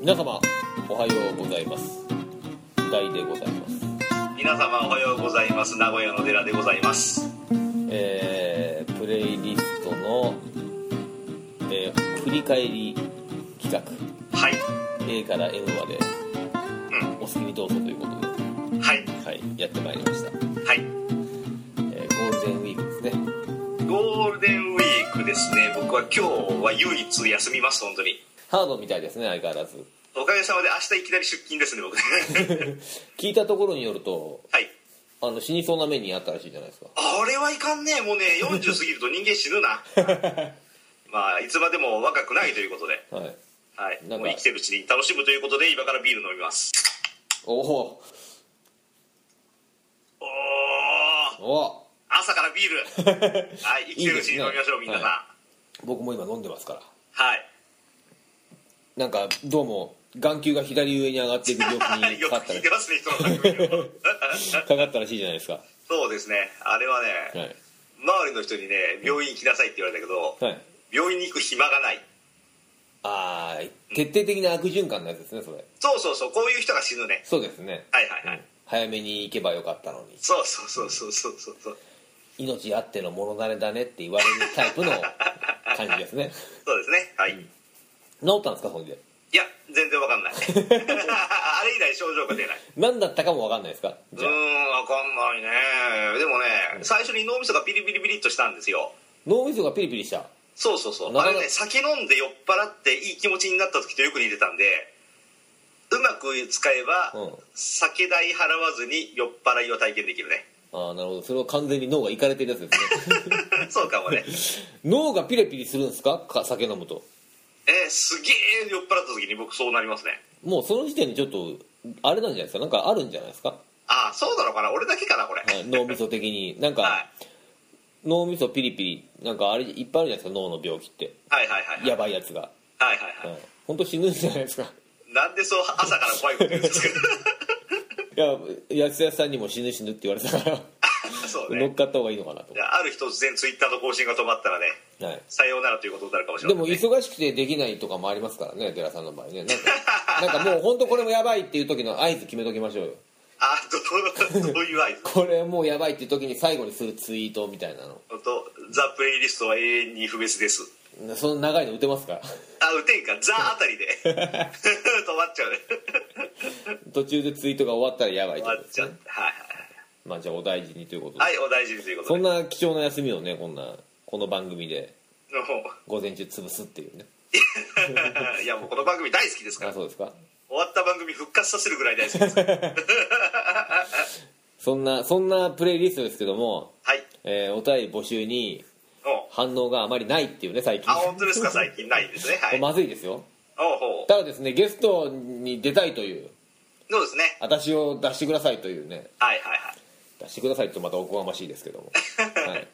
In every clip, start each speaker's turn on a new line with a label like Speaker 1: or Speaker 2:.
Speaker 1: 皆様おはようございます大でございます
Speaker 2: 皆様おはようございます名古屋の寺でございます
Speaker 1: えープレイリストの、えー振り返り企画
Speaker 2: はい
Speaker 1: A から M まで
Speaker 2: うん
Speaker 1: お好きにどうぞということ
Speaker 2: はい
Speaker 1: で、はい、やってまいりました、
Speaker 2: は
Speaker 1: え
Speaker 2: い
Speaker 1: ーゴールデンウィークですね
Speaker 2: ゴールデンウィークですね僕は今日は唯一休みます本当に
Speaker 1: ハードみたいですね相変わらず
Speaker 2: おかげさまで明日いきなり出勤ですね僕
Speaker 1: 聞いたところによると
Speaker 2: はい
Speaker 1: あの死にそうな目にあったらしいじゃないですか
Speaker 2: あれはいかんねもうね40過ぎると人間死ぬな まあいつまでも若くないということで、
Speaker 1: はい
Speaker 2: はい、
Speaker 1: なん
Speaker 2: も
Speaker 1: か
Speaker 2: う生きてるうちに楽しむということで今からビール飲みます
Speaker 1: おお
Speaker 2: おー
Speaker 1: お
Speaker 2: 朝からビールはい生きてるうちに飲みましょう
Speaker 1: いいですね
Speaker 2: みんなさん
Speaker 1: は 僕も今飲んでますから
Speaker 2: はい
Speaker 1: なんかどうも眼球が左上に上がっていく病気 に
Speaker 2: よ
Speaker 1: か
Speaker 2: く
Speaker 1: かった
Speaker 2: 聞
Speaker 1: ら
Speaker 2: いてますね人の番組を
Speaker 1: かかったらしいじゃないですかは
Speaker 2: そうですねあれはね
Speaker 1: い
Speaker 2: 周りの人にね病院行きなさいって言われたけど
Speaker 1: はい
Speaker 2: 病院に行く暇がない
Speaker 1: ああ徹底的な悪循環のやつですねそれ
Speaker 2: そうそうそうこういう人が死ぬね
Speaker 1: そうですね
Speaker 2: はいはいはい
Speaker 1: 早めに行けばよかったのに
Speaker 2: そうそうそうそうそうそうそう
Speaker 1: 命あってのものだれだねって言われるタイ プの感じですね
Speaker 2: そうですねはい、い
Speaker 1: 治ったんですかそれで
Speaker 2: や全然わ かんないあれ以来症状が出ない
Speaker 1: 何だったかも分かんないですか
Speaker 2: う
Speaker 1: じ
Speaker 2: ーん
Speaker 1: ゃあ
Speaker 2: わかんないねでもね最初に脳みそがビリビリビリっとしたんですよ
Speaker 1: 脳みそがピリピリした
Speaker 2: そうそうそう
Speaker 1: な
Speaker 2: あ
Speaker 1: かな
Speaker 2: れ
Speaker 1: か
Speaker 2: ね酒飲んで酔っ払っていい気持ちになった時とよく似てたんでうまく使えば、
Speaker 1: うん
Speaker 2: 酒代払わずに酔っ払いを体験できるね
Speaker 1: ああなるほどそれは完全に脳がいかれてるやつですね
Speaker 2: そうかもね
Speaker 1: 脳がピリピリするんですかか酒飲むと
Speaker 2: えーすげえ酔っ払った時に僕そうなりますね
Speaker 1: もうその時点でちょっとあれなんじゃないですかなんかあるんじゃないですか、は
Speaker 2: ああそうなのかな俺だけかなこれ、
Speaker 1: い、脳みそ的になんか、
Speaker 2: はい
Speaker 1: 脳みそピリピリなんかあれいっぱいあるじゃないですか脳の病気って
Speaker 2: はいはいはいはい
Speaker 1: やばいやつが、
Speaker 2: はいは
Speaker 1: う
Speaker 2: いは
Speaker 1: ん、本当死ぬんじゃないですか
Speaker 2: いなんでそう朝から怖いこと言うんです
Speaker 1: いや安やさんにも死ぬ死ぬって言われたから、
Speaker 2: か そう
Speaker 1: 乗
Speaker 2: ね
Speaker 1: っかった方がいいのかなと
Speaker 2: じゃあある日突然ツイッターの更新が止まったらね
Speaker 1: はい
Speaker 2: さようならということになるかもしれ
Speaker 1: で
Speaker 2: ない、
Speaker 1: も
Speaker 2: ね、
Speaker 1: 忙しくてできないとかもありますからね寺さんの場合ねなん かなんかもう本当これもやばいっていう時の合図決めときましょうよ
Speaker 2: ああどどういう合図
Speaker 1: これもうやばいっていう時に最後にするツイートみたいなの
Speaker 2: 本当ザ・プレイリストは永遠に不滅です
Speaker 1: その長いの打てます か
Speaker 2: あ打てんかザあたりで 止まっちゃうね
Speaker 1: 途中でツイートが終わったらやばい
Speaker 2: 止
Speaker 1: と
Speaker 2: ま
Speaker 1: か
Speaker 2: っちゃってはい
Speaker 1: まあじゃあお大事にということで、
Speaker 2: はいはい、はい、お大事にということ
Speaker 1: そん
Speaker 2: で
Speaker 1: な貴重な休みをねこんなこの番組で
Speaker 2: も
Speaker 1: 午前中潰すっていうね
Speaker 2: う いやもうこの番組大好きですから
Speaker 1: あそうですか
Speaker 2: 終わった番組復活させるぐらい大好きです
Speaker 1: そんなそんなプレイリストですけども、
Speaker 2: はい
Speaker 1: えーお便り募集に
Speaker 2: お
Speaker 1: 反応があまりないっていうね最近
Speaker 2: あ本当ですか最近ないんですねはい
Speaker 1: まずいですよ
Speaker 2: おうほう
Speaker 1: ただですねゲストに出たいという
Speaker 2: そうですね
Speaker 1: 私を出してくださいというね
Speaker 2: はいはいはい
Speaker 1: 出してくださいとまたおこがましいですけ ども、はい、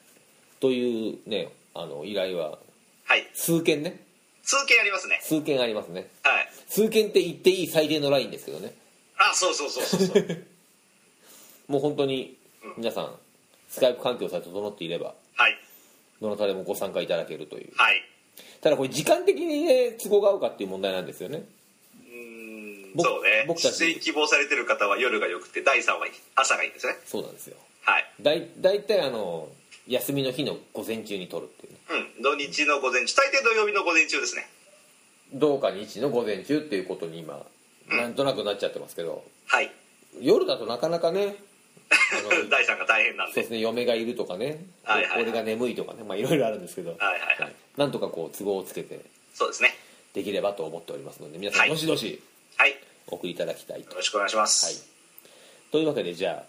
Speaker 1: というねあの依頼は
Speaker 2: はい
Speaker 1: 数件ね
Speaker 2: 通勤ありますね
Speaker 1: 数件ありますね
Speaker 2: はい
Speaker 1: 数件って言っていい最低のラインですけどね
Speaker 2: あそうそうそうそうそう
Speaker 1: もう本当に皆さん、スカイプ環境さえ整っていれば
Speaker 2: はい
Speaker 1: どなたでもご参加いただけるという
Speaker 2: はい
Speaker 1: ただこれ時間的にね都合が合うかっていう問題なんですよね
Speaker 2: うーん
Speaker 1: 僕
Speaker 2: そうね
Speaker 1: 僕たち
Speaker 2: 出演希望されてる方は夜がよくて第3話朝がいいんですね
Speaker 1: そうなんですよ
Speaker 2: はい
Speaker 1: だい大体あの休みの日の午前中に撮るっていうね
Speaker 2: うん、土日の午前中大抵土曜日の午前中ですね
Speaker 1: どうか日の午前中っていうことに今なんとなくなっちゃってますけど
Speaker 2: はい
Speaker 1: 夜だとなかなかねあの
Speaker 2: 第3が大変なん
Speaker 1: そうで
Speaker 2: です
Speaker 1: ね嫁がいるとかね、
Speaker 2: はいはいはい
Speaker 1: 俺が眠いとかねまあいろいろあるんですけど、
Speaker 2: はいはいはい
Speaker 1: なんとかこう都合をつけて
Speaker 2: そうですね
Speaker 1: できればと思っておりますので皆さ
Speaker 2: は
Speaker 1: ん
Speaker 2: い
Speaker 1: どしどし
Speaker 2: はいよ
Speaker 1: お送りいただきたいと、
Speaker 2: ろしくお願いしま
Speaker 1: はい
Speaker 2: す、
Speaker 1: というわけでじゃあ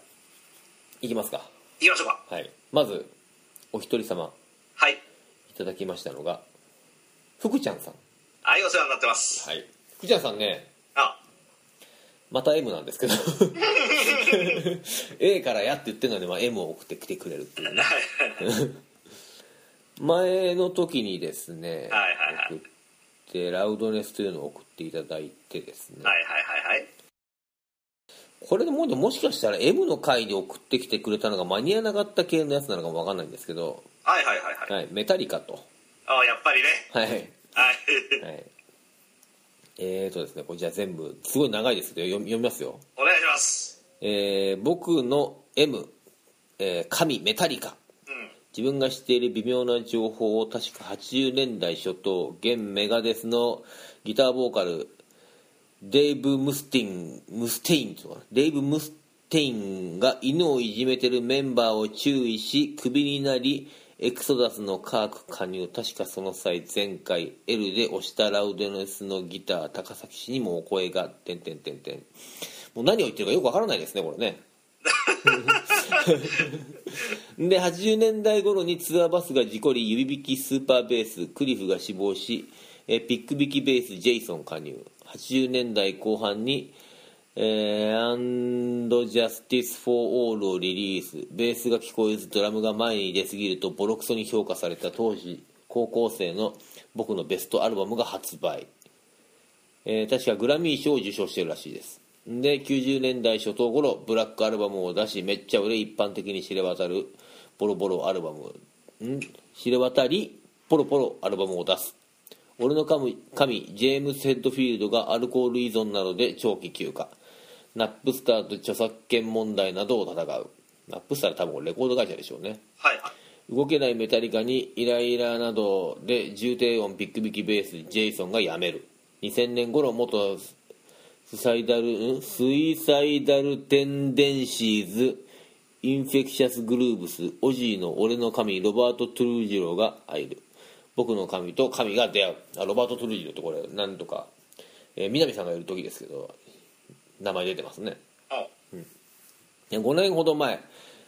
Speaker 1: いきますか
Speaker 2: 行きましょうか
Speaker 1: はいまずお一人様
Speaker 2: はい
Speaker 1: いただきましたのが福ちゃんさん
Speaker 2: はいお世話になってます
Speaker 1: はい福ちゃんさんね
Speaker 2: あ
Speaker 1: また M なんですけど A からやって言ってるので、まあ、M を送ってきてくれるっていうね前の時にですね、
Speaker 2: はいはいはい
Speaker 1: 送ってラウドネスというのを送っていただいてですね、
Speaker 2: はいはいはいはい
Speaker 1: これでもうでももしかしたら M の回に送ってきてくれたのが間に合わなかった系のやつなのかもわかんないんですけど、
Speaker 2: はいはいはいはい
Speaker 1: はい、メタリカと、
Speaker 2: あやっぱりね
Speaker 1: はい
Speaker 2: はい
Speaker 1: はい、えーとですねこれじゃあ全部すごい長いですけど読み読みますよ
Speaker 2: お願いします
Speaker 1: えー僕の M、えー神メタリカ
Speaker 2: うん
Speaker 1: 自分が知っている微妙な情報を確か80年代初頭現メガデスのギターボーカルデイブ・ムスティンムステインっていうのかなデイブ・ムステインが犬をいじめてるメンバーを注意しクビになりエクソダスの科学加入確かその際前回 L で押したラウデネスのギター高崎氏にもお声が「てんてんてんてん」もう何を言ってるかよくわからないですねこれねで80年代頃にツアーバスが事故り指引きスーパーベースクリフが死亡しえーピック引きベースジェイソン加入80年代後半に「えー、And Justice for All」をリリースベースが聞こえずドラムが前に出すぎるとボロクソに評価された当時高校生の僕のベストアルバムが発売えー確かグラミー賞を受賞してるらしいですで90年代初頭頃ブラックアルバムを出しめっちゃ売れ一般的に知れ渡るボロボロアルバムん知れ渡りポロポロアルバムを出す俺の神神ジェームス・ヘッドフィールドがアルコール依存などで長期休暇ナップスターと著作権問題などを戦うナップスターは多分これレコード会社でしょうね
Speaker 2: はいはい
Speaker 1: 動けないメタリカにイライラなどで重低音ピックビキベースジェイソンが辞める2000年頃元スサイダルんスイサイダルテンデンシーズインフェクシャスグルーブスオジーの俺の神ロバート・トゥルージロが会える僕の神と神が出会うあロバート・トゥルージロってこれなんとか、えー南さんがいる時ですけど名前出てますね
Speaker 2: お
Speaker 1: え5年ほど前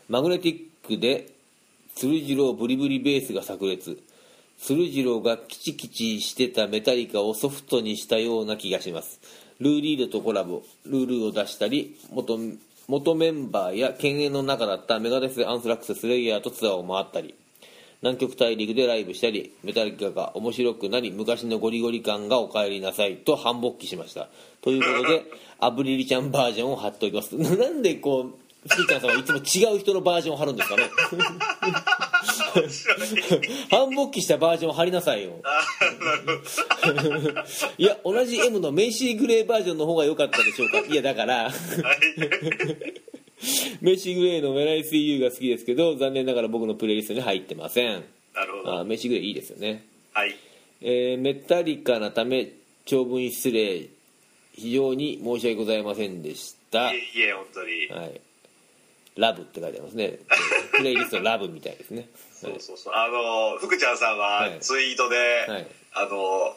Speaker 1: マグネティックで鶴次郎ブリブリベースが炸裂鶴次郎がキチキチしてたメタリカをソフトにしたような気がしますルーリードとコラボルールを出したり元元メンバーや犬猿の中だったメガデスアンスラックススレイヤーとツアーを回ったり南極大陸でライブしたりメタリカが面白くなり昔のゴリゴリ感がお帰りなさいと反勃起しましたということでアブリリちゃんバージョンを貼っておきますなんでこうスーちゃんさんはいつも違う人のバージョンを貼るんですかね
Speaker 2: 面白い
Speaker 1: 反勃起したバージョンを貼りなさいよ
Speaker 2: あーなるほど
Speaker 1: いや同じ M のメイシー・グレーバージョンの方が良かったでしょうかいやだから
Speaker 2: はい
Speaker 1: メイシー・グレーの「メライス・ユー」が好きですけど残念ながら僕のプレイリストに入ってません
Speaker 2: なるほど
Speaker 1: あメイシー・グレーいいですよね
Speaker 2: はい
Speaker 1: えーメタリカなため長文失礼非常に申し訳ございませんでした、はい
Speaker 2: えいえ本当に
Speaker 1: い、ラブって書いてありますねプレイリストのラブみたいですね
Speaker 2: そうそうそうあの福ちゃんさんは
Speaker 1: はい
Speaker 2: ツイートで、
Speaker 1: はい
Speaker 2: あの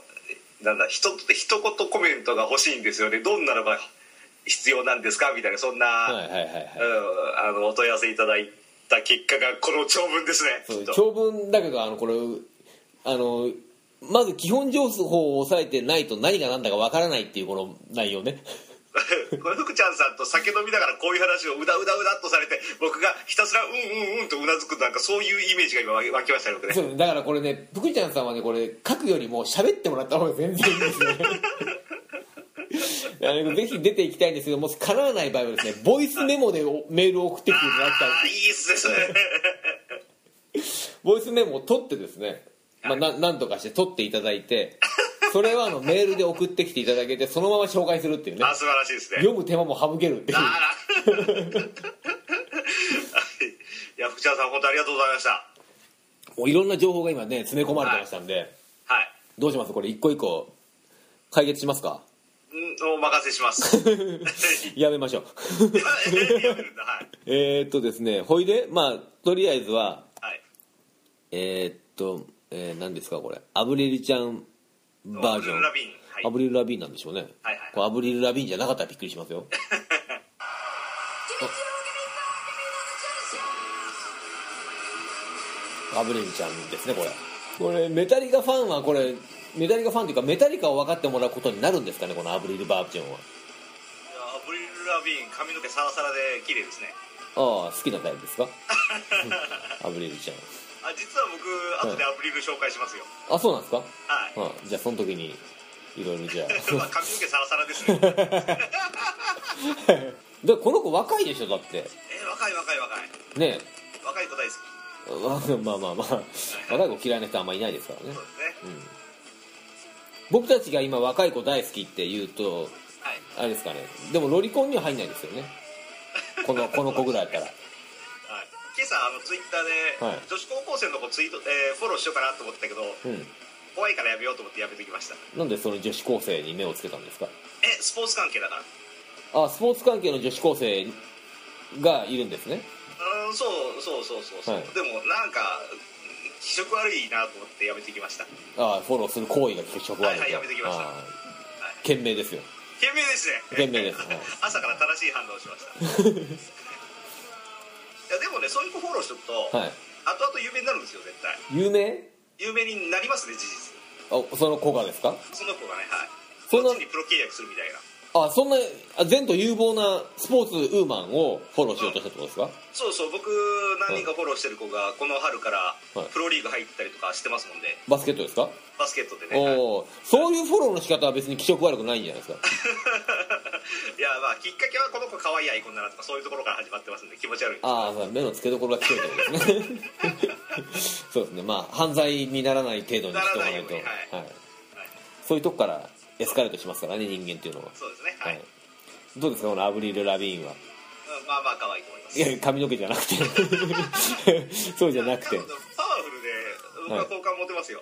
Speaker 2: なんだ一つ一言コメントが欲しいんですよねどんなのが必要なんですかみたいなそんな、
Speaker 1: はいはいはいはい
Speaker 2: うん、あのお問い合わせいただいた結果がこの長文ですね
Speaker 1: そ
Speaker 2: き
Speaker 1: う
Speaker 2: っと
Speaker 1: 長文だけどあのこれあのまず基本情報を押さえてないと何が何だかわからないっていうこの内容ね
Speaker 2: これ福ちゃんさんと酒飲みながらこういう話をうだうだうだっとされて僕がひたすらうんうんうんとうなずくなんかそういうイメージが今湧き湧きましたね僕ね
Speaker 1: そうだからこれね福ちゃんさんはねこれ書くよりも喋ってもらった方が全然いいですね あのぜひ出ていきたいんですけどもし叶わない場合はですねボイスメモでおメールを送ってきていただきたい
Speaker 2: ああいいっすねそれ
Speaker 1: ボイスメモを取ってですね、まあ、ななんとかして取っていただいてそれはあのメールで送ってきていただけてそのまま紹介するっていうね
Speaker 2: あ素晴らしいですね
Speaker 1: 読む手間も省けるっていう
Speaker 2: あ らいや福ちゃんさん本当ありがとうございました
Speaker 1: もういろんな情報が今ね詰め込まれてましたんで、
Speaker 2: はい
Speaker 1: どうしますこれ一個一個解決しますか
Speaker 2: うんお任せしますい
Speaker 1: やめましょう
Speaker 2: ややめるんだはい
Speaker 1: えーっとですねほいでまあとりあえずは
Speaker 2: はい
Speaker 1: えーっと、えー何ですかこれアブリルちゃんバージョン
Speaker 2: アブリルラビーンはい
Speaker 1: アブリル・ラビーンなんでしょうね、
Speaker 2: はいはい
Speaker 1: これアブリル・ラビーンじゃなかったらびっくりしますよアブリルちゃんですねこれこれメタリカファンはこれメタリカファンというかメタリカを分かってもらうことになるんですかねこのアブリル・バージョンは
Speaker 2: アブリル・ラビーン髪の毛サラサラで綺麗ですね
Speaker 1: ああ好きなタイプ ですかアブリルちゃん
Speaker 2: あ実は僕後でアブリル紹介しますよ
Speaker 1: あそうなんですか
Speaker 2: はい、
Speaker 1: うんじゃあその時にいろいろじゃあ
Speaker 2: まあ髪の毛サラサラです ねえー
Speaker 1: でこの子若いでしょだって
Speaker 2: 若い若い若い
Speaker 1: ね
Speaker 2: 若い子大好き
Speaker 1: え わまあまあまあ若い子嫌いな人あんまいないですからね
Speaker 2: そうですね
Speaker 1: うん僕たちが今若い子大好きって言うと
Speaker 2: はい
Speaker 1: あれですかねでもロリコンには入んないですよねこのこの子ぐらいだったら
Speaker 2: はい、今朝あのツイッターで、
Speaker 1: はい
Speaker 2: 女子高校生の子ツイート、えーフォローしようかなと思ってたけど、
Speaker 1: うん
Speaker 2: 怖いからやめようと思ってやめてきました
Speaker 1: なんでその女子高生に目をつけたんですか
Speaker 2: えスポーツ関係だから
Speaker 1: あスポーツ関係の女子高生がいるんですね
Speaker 2: うんそうそうそうそうそう、
Speaker 1: はい
Speaker 2: でもなんか気色悪いなと思ってやめてきました
Speaker 1: あフォローする行為が結局悪いと
Speaker 2: はいはいやめてきました
Speaker 1: あー賢明ですよ
Speaker 2: 賢明ですね
Speaker 1: 賢明ですはい
Speaker 2: 朝から正しい判断をしました いやでもねそういう子フォローしておくと、
Speaker 1: はい
Speaker 2: 後々有名になるんですよ絶対
Speaker 1: 有名
Speaker 2: 有名になりますね事実
Speaker 1: あその子がですか
Speaker 2: その子がねはい
Speaker 1: そんな
Speaker 2: 後にプロ契約するみたいな
Speaker 1: あそんなあ前途有望なスポーツウーマンをフォローしようとしたってことですか
Speaker 2: そうそう僕何人かフォローしてる子がこの春から
Speaker 1: はい
Speaker 2: プロリーグ入ったりとかしてますもんで
Speaker 1: バスケットですか
Speaker 2: バスケットでね、はい
Speaker 1: おおそういうフォローの仕方は別に気色悪くないんじゃないですか
Speaker 2: いやまあきっかけはこの子可愛いアイコンだなとかそういうところから始まってますんで気持ち悪いんです
Speaker 1: ああそう目の付けどころが強いってこと ですねそうですねまあ犯罪にならない程度にしておかないと
Speaker 2: ならないようにはい
Speaker 1: はい
Speaker 2: はい、
Speaker 1: そういうとこからエスカレートしますからね人間っていうのは、
Speaker 2: そうですね
Speaker 1: は
Speaker 2: はい、
Speaker 1: い、どうですかこのアブリル・ラビーンは
Speaker 2: うんまあまあ可愛いと思います
Speaker 1: いや髪の毛じゃなくてそうじゃなくて
Speaker 2: 多分パワフルで僕は好感持てますよ、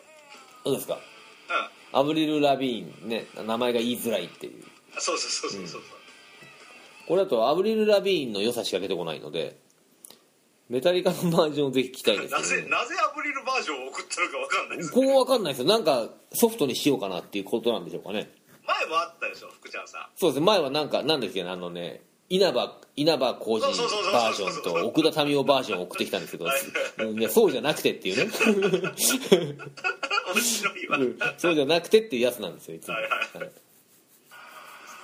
Speaker 1: どうですか
Speaker 2: うん
Speaker 1: アブリル・ラビーンね名前が言いづらいっていう
Speaker 2: そうそうそうそうそう、
Speaker 1: これだとアブリル・ラビーンの良さしか出てこないのでメタリカのバージョンをぜひ聞きたいです
Speaker 2: な
Speaker 1: け
Speaker 2: ぜ
Speaker 1: ど、ね、
Speaker 2: なぜアブリルバージョンを送ったのかわかんないです
Speaker 1: ここわかんないですよなんかソフトにしようかなっていうことなんでしょうかね
Speaker 2: 前もあったでしょ福ちゃんさん
Speaker 1: そうですね前はなんかなんですけどあのね稲葉稲葉浩二
Speaker 2: そうそうそうそう
Speaker 1: バージョンと奥田民生バージョンを送ってきたんですけど
Speaker 2: はい
Speaker 1: いやそうじゃなくてっていう ね
Speaker 2: 面白いわ、
Speaker 1: うんそうじゃなくてっていうやつなんですよいつも、
Speaker 2: はいはい
Speaker 1: はい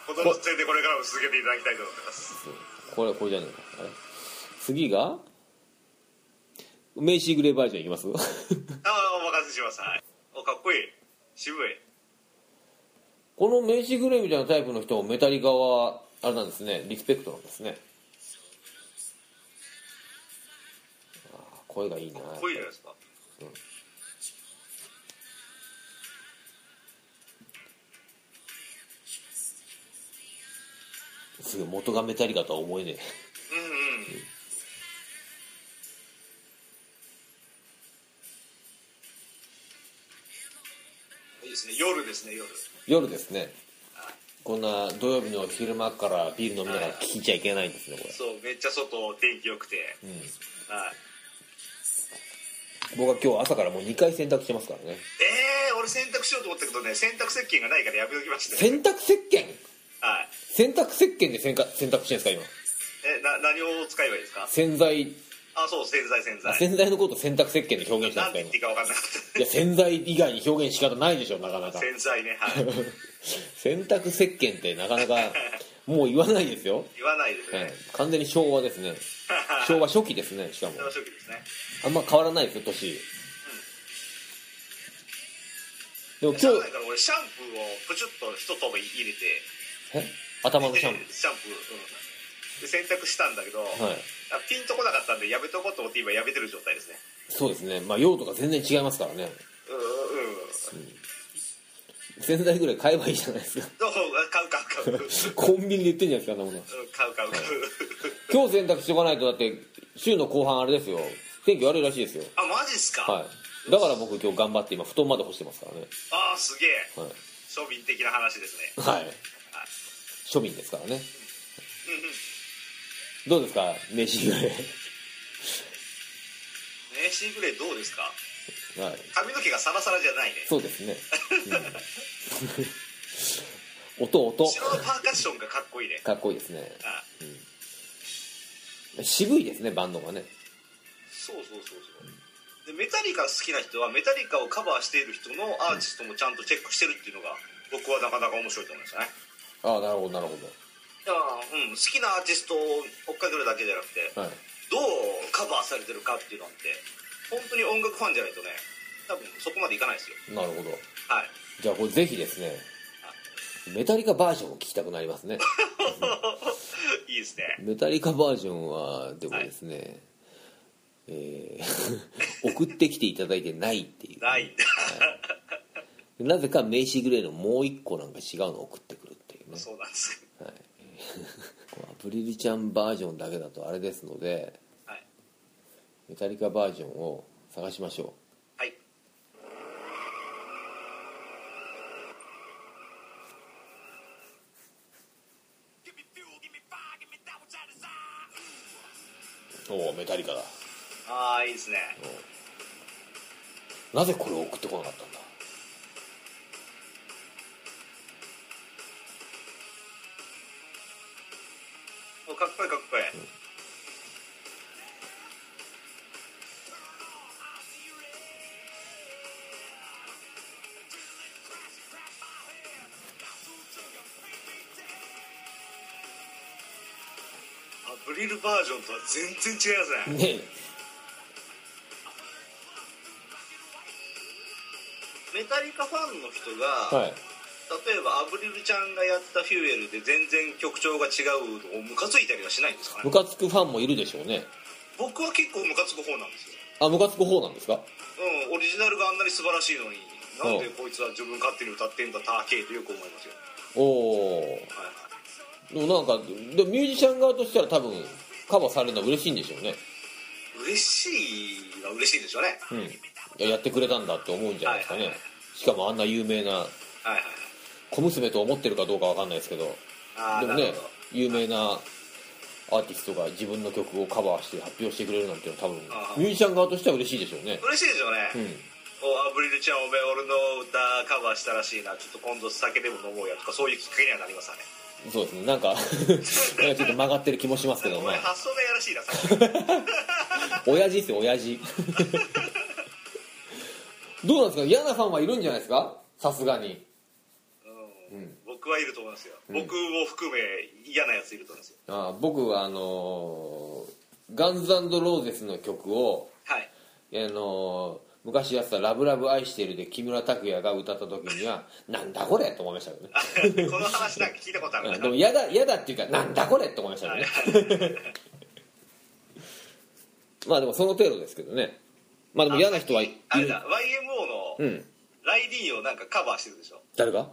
Speaker 2: 子供連れてこれからも続けていただきたいと思います
Speaker 1: これこれじゃねえかあれ次がメイシー・グレーバージョンいきます
Speaker 2: ああお任せしますはいおかっこいい渋い
Speaker 1: このメイシー・グレーみたいなタイプの人をメタリカはあれなんですねリスペクトなんですねあー声がいいな
Speaker 2: かっこいいじゃないですか
Speaker 1: すぐ元がメタリカとは思えねえ
Speaker 2: うんうんいいですね夜ですね夜
Speaker 1: 夜ですねこんな土曜日の昼間からビール飲みながら聞いちゃいけないんですねこれ
Speaker 2: そうめっちゃ外天気良くて、はい
Speaker 1: 僕は今日朝からもう2回洗濯してますからね
Speaker 2: えー、俺洗濯しようと思ったけどね洗濯石鹸がないからやめときました
Speaker 1: 洗濯石鹸
Speaker 2: はい
Speaker 1: 洗濯石鹸で洗濯洗濯してんですか今
Speaker 2: えな何を使えばいいですか
Speaker 1: 洗剤
Speaker 2: あそう洗剤洗剤
Speaker 1: 洗剤のことを洗濯石鹸で表現した
Speaker 2: なんんて
Speaker 1: です
Speaker 2: 言っ
Speaker 1: か
Speaker 2: ていいか分かんなかっ
Speaker 1: 今いや洗剤以外に表現し方ないでしょなかな
Speaker 2: た
Speaker 1: か
Speaker 2: 洗剤ねはい
Speaker 1: 洗濯石鹸ってなかなかもう言わないですよ、
Speaker 2: 言わないです
Speaker 1: は
Speaker 2: ね
Speaker 1: い、完全に昭和ですね昭和初期ですねしかも
Speaker 2: 楽しみですね
Speaker 1: あんま変わらないですよ年でも
Speaker 2: しゃ
Speaker 1: 今
Speaker 2: あない
Speaker 1: 日
Speaker 2: から俺シャンプーをプチュッと一とば入れて
Speaker 1: え頭のシャンプー
Speaker 2: でシャンプー、うん、で洗濯したんだけど、
Speaker 1: はい
Speaker 2: あピンとこなかったんでやめとこうと思って今やめてる状態ですね
Speaker 1: そうですねまあ用途が全然違いますからね
Speaker 2: うんうんうん
Speaker 1: 洗剤ぐらい買えばいいじゃないですか
Speaker 2: どう買う買う買う
Speaker 1: コンビニで売ってんじゃないですかあんなもの
Speaker 2: うん買う買う買う
Speaker 1: 今日洗濯しとかないとだって週の後半あれですよ天気悪いらしいですよ
Speaker 2: あマジっすか、
Speaker 1: はいだから僕今日頑張って今布団まで干してますからね
Speaker 2: ああすげえ
Speaker 1: はい、
Speaker 2: 庶民的な話ですね
Speaker 1: はい、庶民ですからね
Speaker 2: うんうん
Speaker 1: どうですか飯ぐらい
Speaker 2: ネイシーグレーどうですか
Speaker 1: はい
Speaker 2: 髪の毛がサラサラじゃないね
Speaker 1: そうですね、うん音音
Speaker 2: 後ろのパーカッションがかっこいいね
Speaker 1: かっこいいですね
Speaker 2: あ
Speaker 1: 渋いですねバンドがね
Speaker 2: そうそうそうそうでメタリカ好きな人はメタリカをカバーしている人のアーティストもちゃんとチェックしてるっていうのが僕はなかなか面白いと思いましたね
Speaker 1: ああなるほどなるほ
Speaker 2: だから、うん、好きなアーティストを追っかけるだけじゃなくて
Speaker 1: どはい
Speaker 2: どうカバーされてるかっていうのって本当に音楽ファンじゃないとね多分そこまでいかないですよ
Speaker 1: なるほど
Speaker 2: はい
Speaker 1: じゃあこれぜひですねメタリカバージョンを聞きたくなりますね
Speaker 2: いい ですね
Speaker 1: メタリカバージョンはでもですね、 えー送ってきていただいてないっていう
Speaker 2: ないんだ
Speaker 1: なぜか名刺グレーのもう一個なんか違うのを送ってくるっていうね
Speaker 2: そうなんですよ
Speaker 1: こうアブリルちゃんバージョンだけだとあれですので
Speaker 2: はい
Speaker 1: メタリカバージョンを探しましょ
Speaker 2: はい
Speaker 1: うおおメタリカだ
Speaker 2: ああいいですね
Speaker 1: なぜこれを送ってこなかったんだ
Speaker 2: おかっこいいかっこいい、アブリルバージョンとは全然違い
Speaker 1: ね
Speaker 2: ますねメタリカファンの人
Speaker 1: えは
Speaker 2: が、
Speaker 1: い
Speaker 2: 例えばアブリルちゃんがやったフューエルで全然曲調が違うのをムカついたりはしないんですか
Speaker 1: ム
Speaker 2: ね
Speaker 1: カつくファンもいるでしょうね
Speaker 2: 僕は結構ムカつく方なんですよ
Speaker 1: あムカつく方なんですか
Speaker 2: うん、オリジナルがあんなに素晴らしいのになんでこいつは自分勝手に歌ってんだたーけーとよく思いますよ、
Speaker 1: おお
Speaker 2: はい、
Speaker 1: でもなんかでもミュージシャン側としたら多分カバーされるのは嬉しいんでしょうね
Speaker 2: 嬉しいは嬉しいでしょうね
Speaker 1: うんいややってくれたんだって思うんじゃないですか
Speaker 2: はい
Speaker 1: ね
Speaker 2: はい
Speaker 1: しかもあんな有名な
Speaker 2: はいはい
Speaker 1: 小娘と思ってるかどうかわかんないですけど
Speaker 2: あ
Speaker 1: で
Speaker 2: あ
Speaker 1: も
Speaker 2: なる
Speaker 1: ね
Speaker 2: ほど
Speaker 1: 有名なアーティストが自分の曲をカバーして発表してくれるなんていうのは多分
Speaker 2: ああ
Speaker 1: ミュージシャン側としては嬉しいでしょうね
Speaker 2: 嬉しいでしょうね、
Speaker 1: うん
Speaker 2: おアブリルちゃんおめえ俺の歌カバーしたらしいなちょっと今度酒でも飲もうやとかそういうきっかけにはなりますわね
Speaker 1: そうですねなんか なんかちょっと曲がってる気もしますけど
Speaker 2: お
Speaker 1: ま
Speaker 2: 前
Speaker 1: あ
Speaker 2: 発想がやらしいなさっき
Speaker 1: 親父ですよ親父 どうなんですか嫌なファンはいるんじゃないですかさすがに
Speaker 2: うん僕はいると思いますよ、僕を含め嫌なやついると思いますよ
Speaker 1: ああ僕はあのーガンズローゼスの曲を、
Speaker 2: はい
Speaker 1: あのー昔やってた「ラブラブ愛してる」で木村拓哉が歌った時には「なんだこれ!」と思いましたけどね
Speaker 2: あこの話なんか聞いたことある
Speaker 1: う
Speaker 2: なん
Speaker 1: でも嫌だ嫌だっていうか「なんだこれ!」って思いましたけどねまあでもその程度ですけどねまあでも嫌な人はい
Speaker 2: あれだ
Speaker 1: う
Speaker 2: YMO の
Speaker 1: ん
Speaker 2: ライディーンをなんかカバーしてるでしょ
Speaker 1: 誰が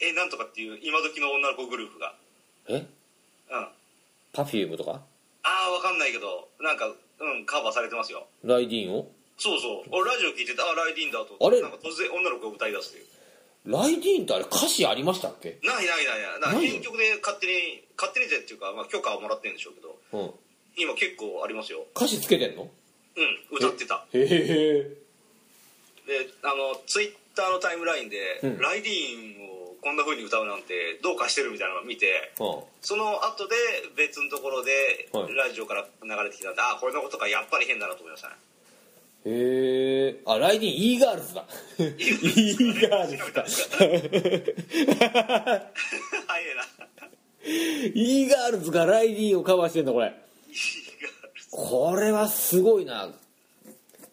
Speaker 2: えなんとかっていう今時の女の子グループが
Speaker 1: え
Speaker 2: うんあ
Speaker 1: パフュームとか
Speaker 2: あわかんないけどなんかうんカバーされてますよ
Speaker 1: ライディーンを
Speaker 2: そうそう俺ラジオ聞いててあライディーンだと
Speaker 1: あれ
Speaker 2: なんか突然女の子が歌い出すっていう
Speaker 1: ライディーンってあれ歌詞ありましたっけ
Speaker 2: ないないないないなん
Speaker 1: な
Speaker 2: か
Speaker 1: い
Speaker 2: 編曲で勝手に勝手にでっていうか、まあ、許可をもらってるんでしょうけど
Speaker 1: うん
Speaker 2: 今結構ありますよ
Speaker 1: 歌詞つけてんの
Speaker 2: うん歌ってた
Speaker 1: へえ
Speaker 2: であのツイッターのタイムラインで、
Speaker 1: うん
Speaker 2: ライディーンをこんな風に歌うなんてどうかしてるみたいなのを見て
Speaker 1: うん
Speaker 2: その後で別のところで
Speaker 1: はい
Speaker 2: ラジオから流れてきたんで、ああこれのことかやっぱり変だなと思いましたね
Speaker 1: へえあライディーン E ガールズだ E ガール ズだ
Speaker 2: 早いな
Speaker 1: E ガールズがライディーンをカバーしてんだこれ
Speaker 2: いいガールズ
Speaker 1: これはすごいな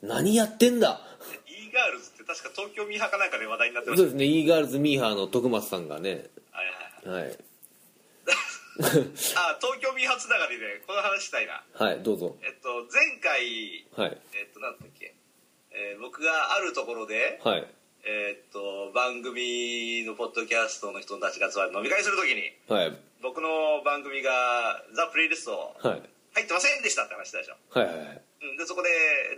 Speaker 1: 何やってんだ
Speaker 2: いいガールズって確か東京ミーハーかなんかで話題になって
Speaker 1: そ
Speaker 2: ま
Speaker 1: う
Speaker 2: した
Speaker 1: ですね E ガールズミーハーの徳松さんがね
Speaker 2: はいはい
Speaker 1: はい
Speaker 2: はいあ東京ミーハーつながりでこの話したいな
Speaker 1: はいどうぞ
Speaker 2: えっと前回
Speaker 1: はい
Speaker 2: えっとなんだっけ、えー僕があるところで
Speaker 1: はい
Speaker 2: えっと番組のポッドキャストの人たちが集まる飲み会するときに
Speaker 1: はい
Speaker 2: 僕の番組が「ザ・プレイリスト
Speaker 1: はい
Speaker 2: 入ってませんでしたって話したでしょ
Speaker 1: はいはい
Speaker 2: うんでそこで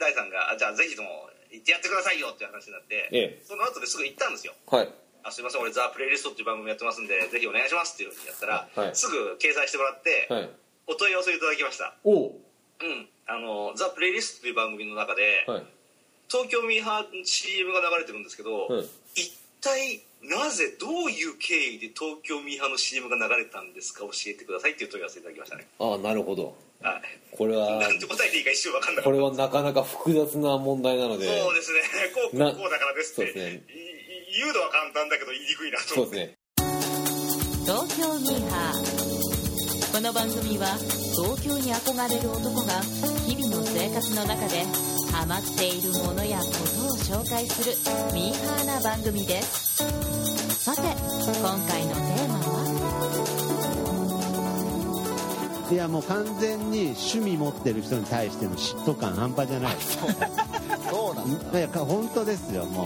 Speaker 2: 大さんがあ「じゃあぜひとも行ってやってくださいよ」っていう話になって、
Speaker 1: ええ
Speaker 2: その後ですぐ行ったんですよ
Speaker 1: はい
Speaker 2: 「あすいません俺ザ・プレイリストっていう番組やってますんでぜひお願いします」っていうふうにやったら、
Speaker 1: はい
Speaker 2: すぐ掲載してもらって、
Speaker 1: はい
Speaker 2: お問い合わせいただきました
Speaker 1: おお
Speaker 2: うんあの「ザ・プレイリストっていう番組の中で、
Speaker 1: はい
Speaker 2: 東京ミーハー CM が流れてるんですけど、
Speaker 1: うん
Speaker 2: 一体なぜどういう経緯で東京ミーハーの CM が流れたんですか教えてくださいっていう問い合わせいただきましたね
Speaker 1: ああなるほど
Speaker 2: はい
Speaker 1: これは
Speaker 2: なんて答えていいか一瞬分かんな
Speaker 1: こ
Speaker 2: かった
Speaker 1: れはなかなか複雑な問題なので
Speaker 2: そうですねこうこ
Speaker 1: な
Speaker 2: うこうだからですっ
Speaker 1: そ
Speaker 2: て
Speaker 1: うですね
Speaker 2: いい言うのは簡単だけど言いにくいなと
Speaker 1: そう
Speaker 2: 思
Speaker 1: で
Speaker 2: っ
Speaker 1: す
Speaker 2: て
Speaker 1: ね
Speaker 3: 東京ミーハーこの番組は東京に憧れる男が日々の生活の中でハマっているものやことを紹介するミーハーな番組ですさて今回のテーマはい
Speaker 4: やもう完全に趣味持ってる人に対しての嫉妬感半端じゃない
Speaker 5: そうなんだ
Speaker 4: いやか本当ですよも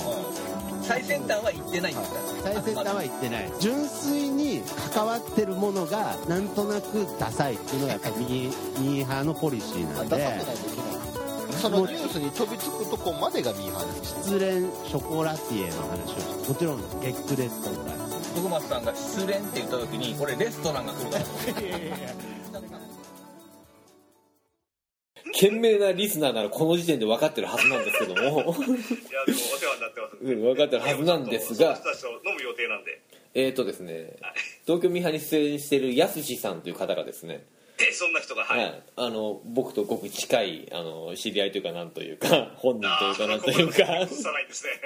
Speaker 4: う
Speaker 5: 最先端は行ってないんですから、
Speaker 4: 最先端は行ってない純粋に関わってるものがなんとなくダサいっていうのがやっぱミーミーハーのポリシーな
Speaker 6: あ
Speaker 4: ん
Speaker 6: 出さ
Speaker 4: で
Speaker 6: せないといけないそのニュースに飛びつくとこまでがミーハーです
Speaker 4: 失恋ショコラティエの話をもちろん月9です今回
Speaker 5: 徳松さんが失恋って言った時にこれレストランが来るから
Speaker 1: 懸命なリスナーならこの時点で分かってるはずなんですけど も
Speaker 2: いやでもお世話になってます
Speaker 1: うん分かってるはずなんですが
Speaker 2: その人たちと飲む予定なんで
Speaker 1: えーとですね
Speaker 2: はい
Speaker 1: 東京ミーハーに出演しているやすしさんという方がですね、
Speaker 2: でそんな人がはい、
Speaker 1: はいあの僕とごく近いあの知り合いというかなんというか 本人とい
Speaker 2: あ
Speaker 1: う
Speaker 2: ー
Speaker 1: かなんというか
Speaker 2: ここに移さないんですね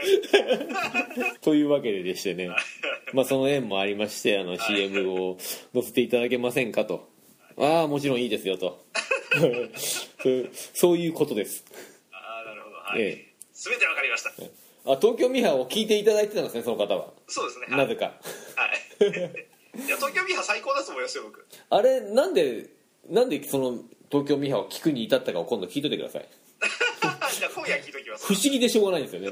Speaker 1: というわけででしてね、まあ、その縁もありましてあの CM を載せていただけませんかとああもちろんいいですよと そうそういうことです
Speaker 2: ああなるほどはい、
Speaker 1: ええ
Speaker 2: 全てわかりました
Speaker 1: あ東京ミーハーを聞いていただいてたんですねその方は
Speaker 2: そうですねはい
Speaker 1: なぜか
Speaker 2: はいいや東京ミーハー最高だと思いますよ僕
Speaker 1: あれなんでなんでその東京ミーハーを聞くに至ったかを今度聞いといてください
Speaker 2: じゃあ今夜聞いときます
Speaker 1: 不思議でしょうがないんですよね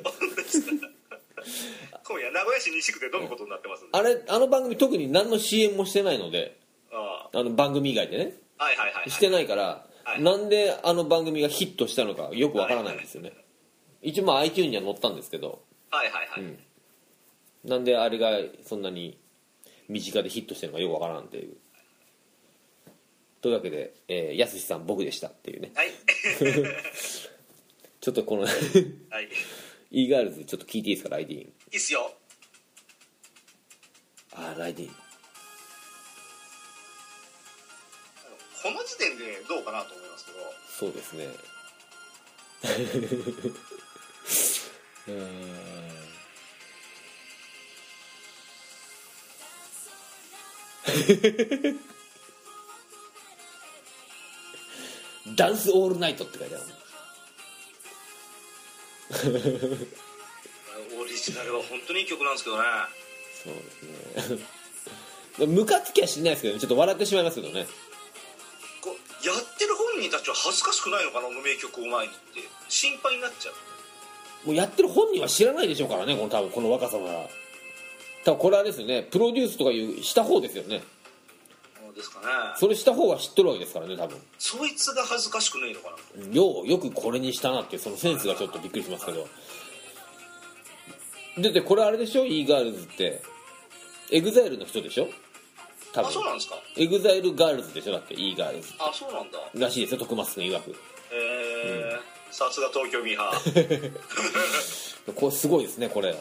Speaker 2: 今夜名古屋市西区で飲むことになってますんで
Speaker 1: あれあの番組特に何の CM もしてないので
Speaker 2: あ
Speaker 1: あの番組以外でね
Speaker 2: あはいはいはい
Speaker 1: してないから、
Speaker 2: はい
Speaker 1: なんであの番組がヒットしたのかよくわからないんですよね、一応まあ iTunes には載ったんですけど
Speaker 2: はいはいはい、
Speaker 1: んなんであれがそんなに身近でヒットしてるのかよくわからんっていうというわけで、えー、やすしさん僕でしたっていうね
Speaker 2: はい
Speaker 1: ちょっとこの
Speaker 2: はいい
Speaker 1: e ガールズちょっと聞いていいですかライディーン
Speaker 2: いっすよ
Speaker 1: あーライディーン
Speaker 2: この時点でどうかなと思いますけど
Speaker 1: そうです ねうーん ダンスオールナイトって書いてある
Speaker 2: オリジナルは本当にいい曲なんですけどね
Speaker 1: そう ですねムカつきはしないですけどねちょっと笑ってしまいますけどね
Speaker 2: こうやってる本人たちは恥ずかしくないのかなあの名曲を前にって心配になっちゃう
Speaker 1: もうやってる本人は知らないでしょうからねこの多分この若さなら多分これはですよねプロデュースとかいうした方ですよね
Speaker 2: そうですかね
Speaker 1: それした方が知ってるわけですからね多分
Speaker 2: そいつが恥ずかしくないのかなと
Speaker 1: ようよくこれにしたなっていうそのセンスがちょっとびっくりしますけどだってこれあれでしょ e ガールズってエグザイルの人でしょ多
Speaker 2: あ
Speaker 1: 分
Speaker 2: そうなんですか
Speaker 1: エグザイルガールズでしょだって e ガールズ
Speaker 2: あそうなんだ
Speaker 1: らしいですよ徳松君曰く
Speaker 2: えーさすが東京ミーハー
Speaker 1: これすごいですねこれ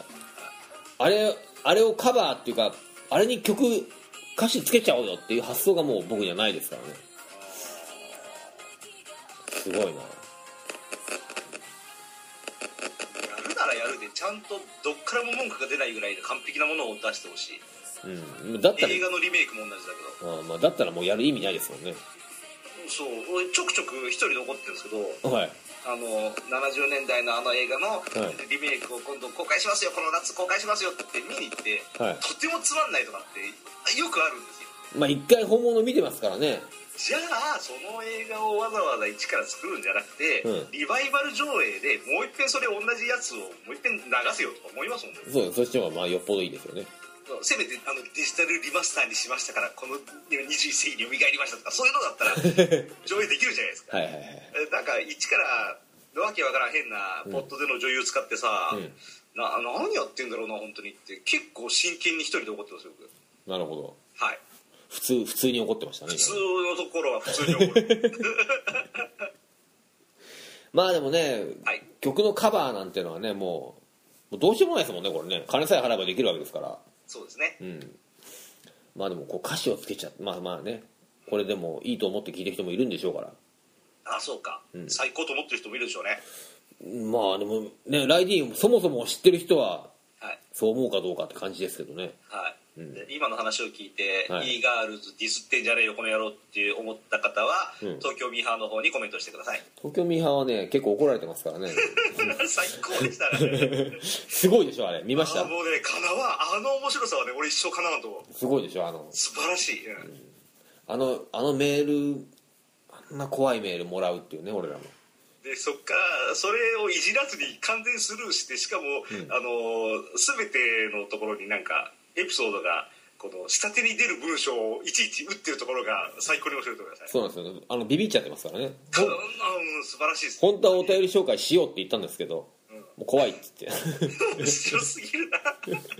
Speaker 1: あれあれをカバーっていうかあれに曲歌詞つけちゃおうよっていう発想がもう僕にはないですからねすごいな
Speaker 2: やるならやるでちゃんとどっからも文句が出ないぐらいの完璧なものを出してほしい
Speaker 1: うんだったら
Speaker 2: 映画のリメイクも同じだけど
Speaker 1: あーまあ、だったらもうやる意味ないですもんね
Speaker 2: そう俺ちょくちょく一人残ってるんですけど
Speaker 1: はい
Speaker 2: あの70年代のあの映画の
Speaker 1: い
Speaker 2: リメイクを今度公開しますよこの夏公開しますよって見に行って、
Speaker 1: はい
Speaker 2: とてもつまんないとかってよくあるんですよ
Speaker 1: まあ一回本物見てますからね
Speaker 2: じゃあその映画をわざわざ一から作るんじゃなくて、
Speaker 1: うん
Speaker 2: リバイバル上映でもう一遍それ同じやつをもう一遍流せよとか思いますもんね
Speaker 1: そうそっちの方がまあよっぽどいいですよね
Speaker 2: せめてあのデジタルリマスターにしましたからこの21世紀に蘇りましたとかそういうの だったら上映できるじゃないですか
Speaker 1: はいはいはい
Speaker 2: えなんか一からわけわからん変なポットでの女優使ってさ、
Speaker 1: うん
Speaker 2: な何やってんだろうな本当にって結構真剣に一人で怒ってますよ僕
Speaker 1: なるほど
Speaker 2: はい
Speaker 1: 普通普通に怒ってましたね
Speaker 2: 普
Speaker 1: 今
Speaker 2: 通のところは普通に 怒る
Speaker 1: まあでもね、
Speaker 2: はい
Speaker 1: 曲のカバーなんてのはねもうもうどうしようもないですもんねこれね金さえ払えばできるわけですから
Speaker 2: そうですね
Speaker 1: うんまあでもこう歌詞をつけちゃってまあまあねこれでもいいと思って聴いてる人もいるんでしょうから
Speaker 2: あそうか、
Speaker 1: ん
Speaker 2: 最高と思ってる人もいるでしょうね
Speaker 1: まあでもねライディーンそもそも知ってる人は
Speaker 2: はい
Speaker 1: そう思うかどうかって感じですけどね
Speaker 2: はい、
Speaker 1: うん
Speaker 2: で今の話を聞いて、
Speaker 1: はい
Speaker 2: い、いガールズディスってんじゃねえよこの野郎って思った方は、
Speaker 1: うん
Speaker 2: 東京ミーハーの方にコメントしてください
Speaker 1: 東京ミーハーはね結構怒られてますからね
Speaker 2: 最高でしたね
Speaker 1: すごいでしょあれ見まし
Speaker 2: あ
Speaker 1: た
Speaker 2: もうねかなはあの面白さはね俺一生かなわんと思う
Speaker 1: すごいでしょあの
Speaker 2: 素晴らしい、うん
Speaker 1: あのあのメールあんな怖いメールもらうっていうね俺らも
Speaker 2: でそっからそれをいじらずに完全スルーしてしかも、あの全てのところになんかエピソードがこの下手に出る文章をいちいち打ってるところが最高に面白いと思います
Speaker 1: そうなんですよねあのビビっちゃってますからね
Speaker 2: ただうん素晴らしいです
Speaker 1: 本当はお便り紹介しようって言ったんですけど、もう怖いっつって
Speaker 2: 面白すぎるな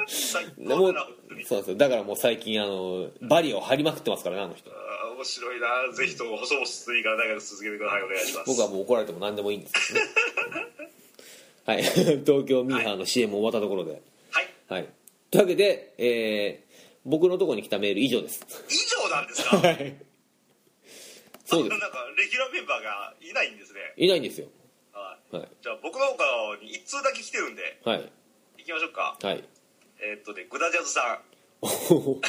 Speaker 2: 最高
Speaker 1: もうそうな
Speaker 2: だなん本当
Speaker 1: で
Speaker 2: に
Speaker 1: すよだからもう最近あのバリアを張りまくってますからねあの人
Speaker 2: あー面白いなぜひとも細々続いから長く続けてくださいお願いします
Speaker 1: 僕はもう怒られても何でもいいんですけどね はい 東京ミーハーの CM 終わったところで
Speaker 2: はい
Speaker 1: はいというわけで、えー僕のところに来たメール以上です
Speaker 2: 以上なんですか
Speaker 1: はいそうです
Speaker 2: なんかレギュラーメンバーがいないんですね
Speaker 1: いないんですよ
Speaker 2: はい
Speaker 1: はい
Speaker 2: じゃあ僕の方からに1通だけ来てるんで
Speaker 1: はい
Speaker 2: 行きましょうか
Speaker 1: はい
Speaker 2: えーっとねグダジャズさん
Speaker 1: おほほ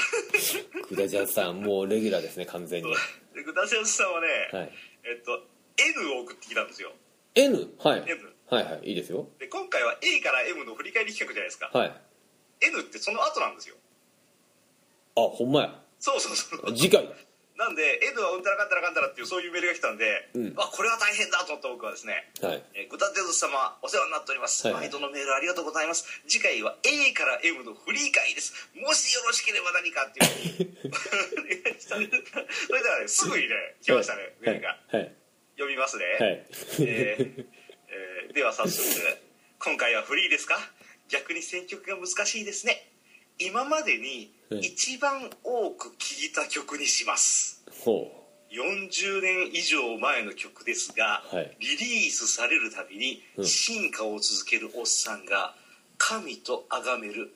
Speaker 1: グダジャズさんもうレギュラーですね完全には
Speaker 2: でグダジャズさんはね、
Speaker 1: い
Speaker 2: えーっと N を送ってきたんですよ
Speaker 1: N はい
Speaker 2: M
Speaker 1: はいはいいいですよ
Speaker 2: で今回は A から M の振り返り企画じゃないですか、
Speaker 1: はいあ
Speaker 2: N ってその後なんですよ
Speaker 1: ほんまや
Speaker 2: そうそうそう
Speaker 1: 次回
Speaker 2: なんで N はうんたらかんたらかんたらっていうそういうメールが来たんで、
Speaker 1: うん
Speaker 2: あこれは大変だと思った僕はですね
Speaker 1: はい
Speaker 2: えーグダデズ様お世話になっております、
Speaker 1: はい
Speaker 2: 毎度のメールありがとうございます次回は A から M の振り返りですもしよろしければ何かっていう お願いしたねそれではねすぐにね来ましたね、メールが
Speaker 1: はい
Speaker 2: 読みますね、
Speaker 1: はいはい
Speaker 2: えーえーでは早速今回はフリーですか逆に選曲が難しいですね今までに一番多く聴いた曲にします、
Speaker 1: ほ
Speaker 2: 40年以上前の曲ですが、
Speaker 1: はい
Speaker 2: リリースされるたびに
Speaker 1: うん
Speaker 2: 進化を続けるおっさんが神と崇める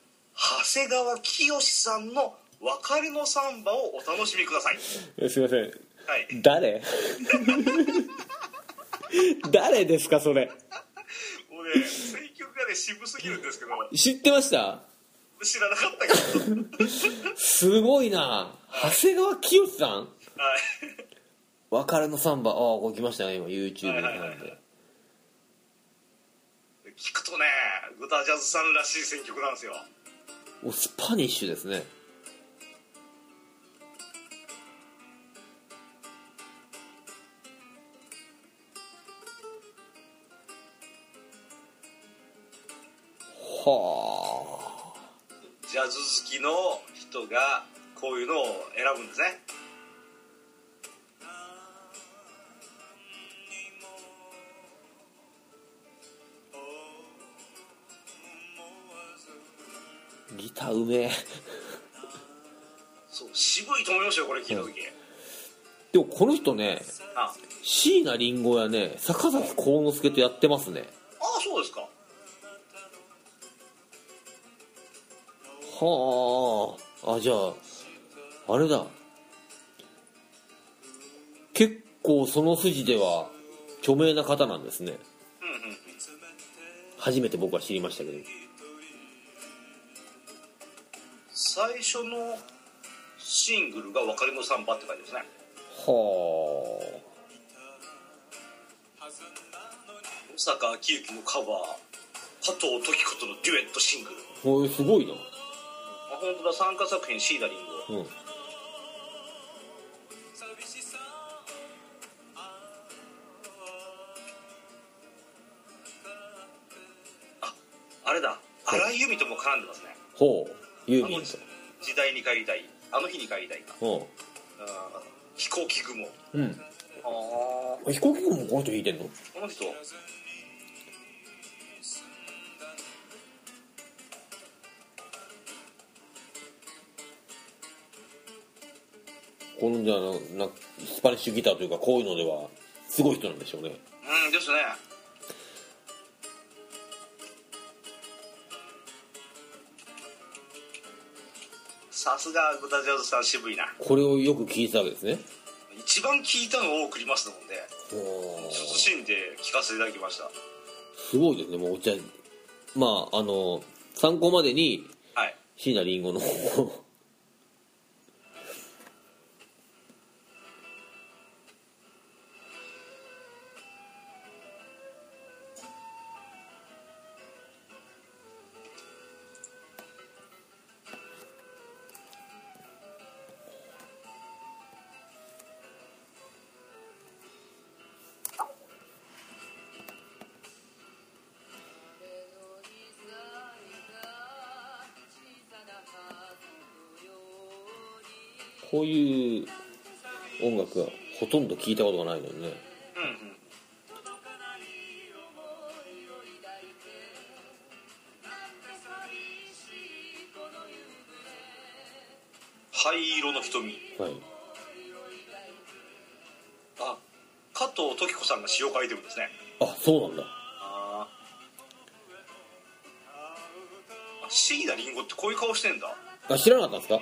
Speaker 2: 長谷川清さんの「別れのサンバ」をお楽しみください、
Speaker 1: うえすいません
Speaker 2: はい、
Speaker 1: 誰 誰ですかそれ
Speaker 2: もうね選曲がね渋すぎるんですけど
Speaker 1: 知ってました
Speaker 2: 知らなかったけど
Speaker 1: すごいな長谷川清さん
Speaker 2: はい
Speaker 1: 別れのサンバああこれ来ましたね今 YouTube
Speaker 2: は
Speaker 1: ないん
Speaker 2: はいはい
Speaker 1: で
Speaker 2: 聞くとねグタジャズさんらしい選曲なんですよ
Speaker 1: おスパニッシュですねは
Speaker 2: ジャズ好きの人がこういうのを選ぶんですね
Speaker 1: あギターうめえ
Speaker 2: そう渋いと思いましたよこれ聞いた時、
Speaker 1: でもこの人ね
Speaker 2: あ
Speaker 1: 椎名林檎やね坂崎幸之助とやってますね
Speaker 2: ああそうですか
Speaker 1: はああじゃああれだ結構その筋では著名な方なんですね
Speaker 2: うんうん
Speaker 1: 初めて僕は知りましたけど
Speaker 2: 最初のシングルが「別れのサンバ」って書いてますね
Speaker 1: は
Speaker 2: 大坂明之のカバー加藤時子とのデュエットシングル
Speaker 1: あこれすごいな
Speaker 2: あ本当だ参加作品「シーナリング」
Speaker 1: うん
Speaker 2: あれだ荒井由実とも絡んでますね
Speaker 1: ほうユ
Speaker 2: あ
Speaker 1: ーミ
Speaker 2: の
Speaker 1: ンと
Speaker 2: 時代に帰りたいあの日に帰りたいか
Speaker 1: ほ
Speaker 2: あー飛行機雲
Speaker 1: ううん
Speaker 2: ああ
Speaker 1: 飛行機雲もこの人弾いてんの
Speaker 2: この人
Speaker 1: このじゃあななスパニッシュギターというかこういうのではすごい人なんでしょうね
Speaker 2: うんですねさすがグタジャズさん渋いな
Speaker 1: これをよく聞いてたわけですね
Speaker 2: 一番聞いたのを送りますので
Speaker 1: ほう
Speaker 2: 慎んで聞かせていただきました
Speaker 1: すごいですねもうじゃあまああの参考までに
Speaker 2: はい
Speaker 1: 椎名林檎の方を
Speaker 2: あ
Speaker 1: こういう音楽はほとんど聞いたことがないのにね
Speaker 2: うんうん灰色の瞳
Speaker 1: はい
Speaker 2: あ加藤時子さんが詩を書いてるんですね
Speaker 1: あそうなんだ
Speaker 2: あーあ椎名林檎ってこういう顔してんだあ
Speaker 1: あ知らなかったんですか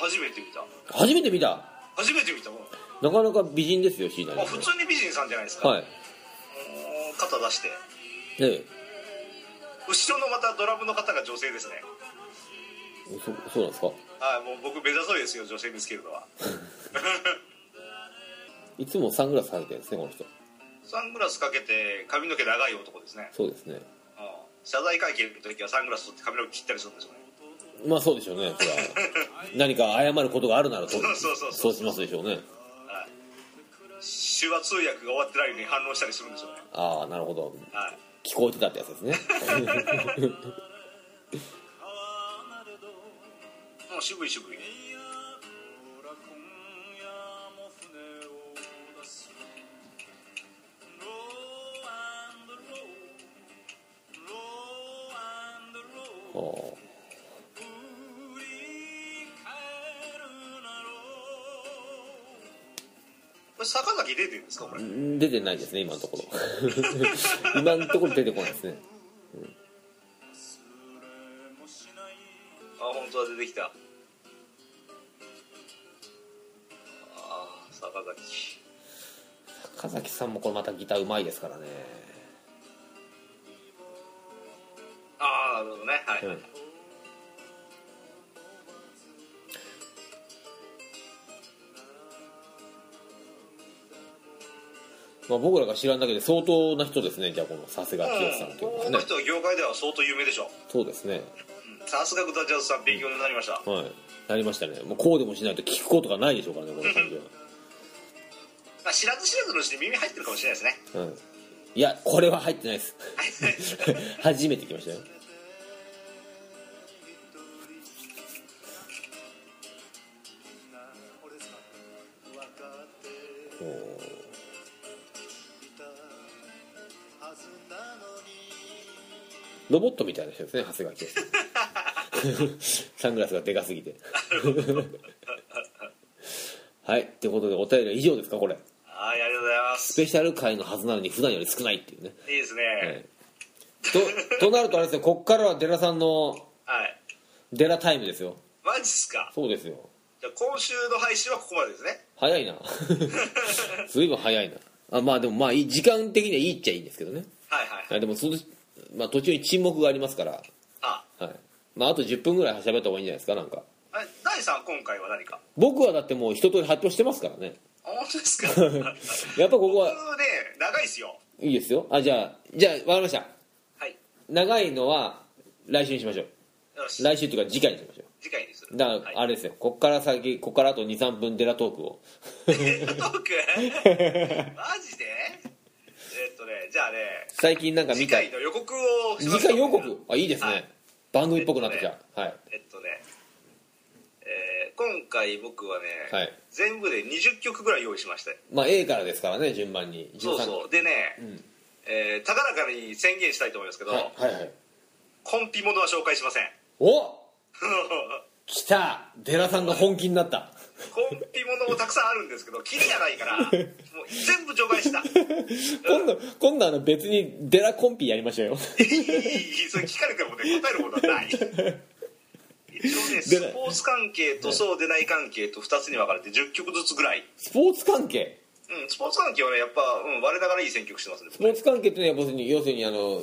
Speaker 2: 初めて見た
Speaker 1: 初めて見た
Speaker 2: 初めて見たもん
Speaker 1: なかなか美人ですよ椎名
Speaker 2: あ
Speaker 1: 林
Speaker 2: 普
Speaker 1: 檎
Speaker 2: 通に美人さんじゃないですか、
Speaker 1: はいね
Speaker 2: うん肩出して
Speaker 1: え
Speaker 2: 後ろのまたドラムの方が女性ですね
Speaker 1: そそうなんですか
Speaker 2: はいもう僕目指そうですよ女性見つけるのは
Speaker 1: いつもサングラスかけてるんですねこの人
Speaker 2: サングラスかけて髪の毛長い男ですね、
Speaker 1: そうですね
Speaker 2: うん、謝罪会見の時はサングラス取って髪の毛切ったりするんでしょうね
Speaker 1: まあそうでしょうね それは何か謝ることがあるならと
Speaker 2: そうそうそう
Speaker 1: そうしますでしょうね
Speaker 2: 手話通訳が終わってないのに反論したりするんでしょうね
Speaker 1: ああなるほど
Speaker 2: はい
Speaker 1: 聞こえてたってやつですね
Speaker 2: もう渋い渋い
Speaker 1: あー
Speaker 2: これ坂崎出てるんですかこれ
Speaker 1: うん出てないですね今のとこ ろ今のところ出てこないですね
Speaker 2: あ本当は出てきたあー坂崎
Speaker 1: 高崎さんもこれまたギターうまいですからね
Speaker 2: ああなるほどねはい、
Speaker 1: うんまあ僕らが知らんだけで相当な人ですねじゃあこのさすが清さんっていう
Speaker 2: うんこ
Speaker 1: の
Speaker 2: の
Speaker 1: はね
Speaker 2: 人は業界では相当有名でしょ
Speaker 1: そうですね
Speaker 2: うんさすがグダジャズさん勉強になりました、
Speaker 1: はいなりましたねもうこうでもしないと聞くことがないでしょうからねこの感じは
Speaker 2: まあ、知らず知らずのうちに耳入ってるかもしれないです
Speaker 1: う
Speaker 2: ね
Speaker 1: んいやこれは入ってないです 初めて来ましたよおーロボットみたいな人ですね長谷川清さん サングラスがでかすぎて はいってことでお便りは以上ですかこれ
Speaker 2: はいありがとうございま
Speaker 1: ス
Speaker 2: す
Speaker 1: ペシャル回のはずなのに普段より少ないっていうね、
Speaker 2: いいですね
Speaker 1: はい、ととなるとあれですよこっからはデラさんの
Speaker 2: はい、
Speaker 1: デラタイムですよ
Speaker 2: マジっすか
Speaker 1: そうですよ
Speaker 2: じゃあ今週の配信はここまでですね
Speaker 1: 早いな 随分早いなあまあでもまあいい時間的にはいいっちゃいいんですけどね
Speaker 2: はいはいはい
Speaker 1: あでもその、まあ、途中に沈黙がありますから、
Speaker 2: あ
Speaker 1: はいまあ、あと10分ぐらい喋った方がいいんじゃないですかなんか
Speaker 2: あれ第3今回は何か
Speaker 1: 僕はだってもう一通り発表してますからね
Speaker 2: あ本当ですか僕ね
Speaker 1: やっぱここは
Speaker 2: 長いっすよ
Speaker 1: いいですよあじゃあじゃあ分かりました
Speaker 2: はい
Speaker 1: 長いのは来週にしましょう
Speaker 2: よし
Speaker 1: 来週というか次回にしましょう
Speaker 2: 次回にする
Speaker 1: だから、
Speaker 2: はい、
Speaker 1: あれですよこっから先こっからあと23分デラトークを
Speaker 2: トークマジでえっとねじゃあね
Speaker 1: 最近なんか見
Speaker 2: 次
Speaker 1: た
Speaker 2: 回の予告をしま
Speaker 1: 次
Speaker 2: すか
Speaker 1: 回予告あいいですね、
Speaker 2: はい
Speaker 1: 番組っぽくなってきた、はい
Speaker 2: えっとねえー今回僕はね、
Speaker 1: はい
Speaker 2: 全部で20曲ぐらい用意しました
Speaker 1: まあ A からですからね順番に
Speaker 2: そうそうでね、
Speaker 1: ん
Speaker 2: えー高らかに宣言したいと思いますけど、
Speaker 1: はいはいはい
Speaker 2: コンピものは紹介しません
Speaker 1: お来たデラさんが本気にな った
Speaker 2: コンピものもたくさんあるんですけどキリがない からもう全部除外した
Speaker 1: 今度今度あの別にデラコンピやりましょう よ
Speaker 2: それ聞かれてもね答えることはない一応ねスポーツ関係とそうでない関係と2つに分かれて10曲ずつぐらい、
Speaker 1: スポーツ関係
Speaker 2: うん、スポーツ関係はねやっぱ、うん、我ながらいい選曲してますね
Speaker 1: スポーツ関係っていうのは要するに要するにあの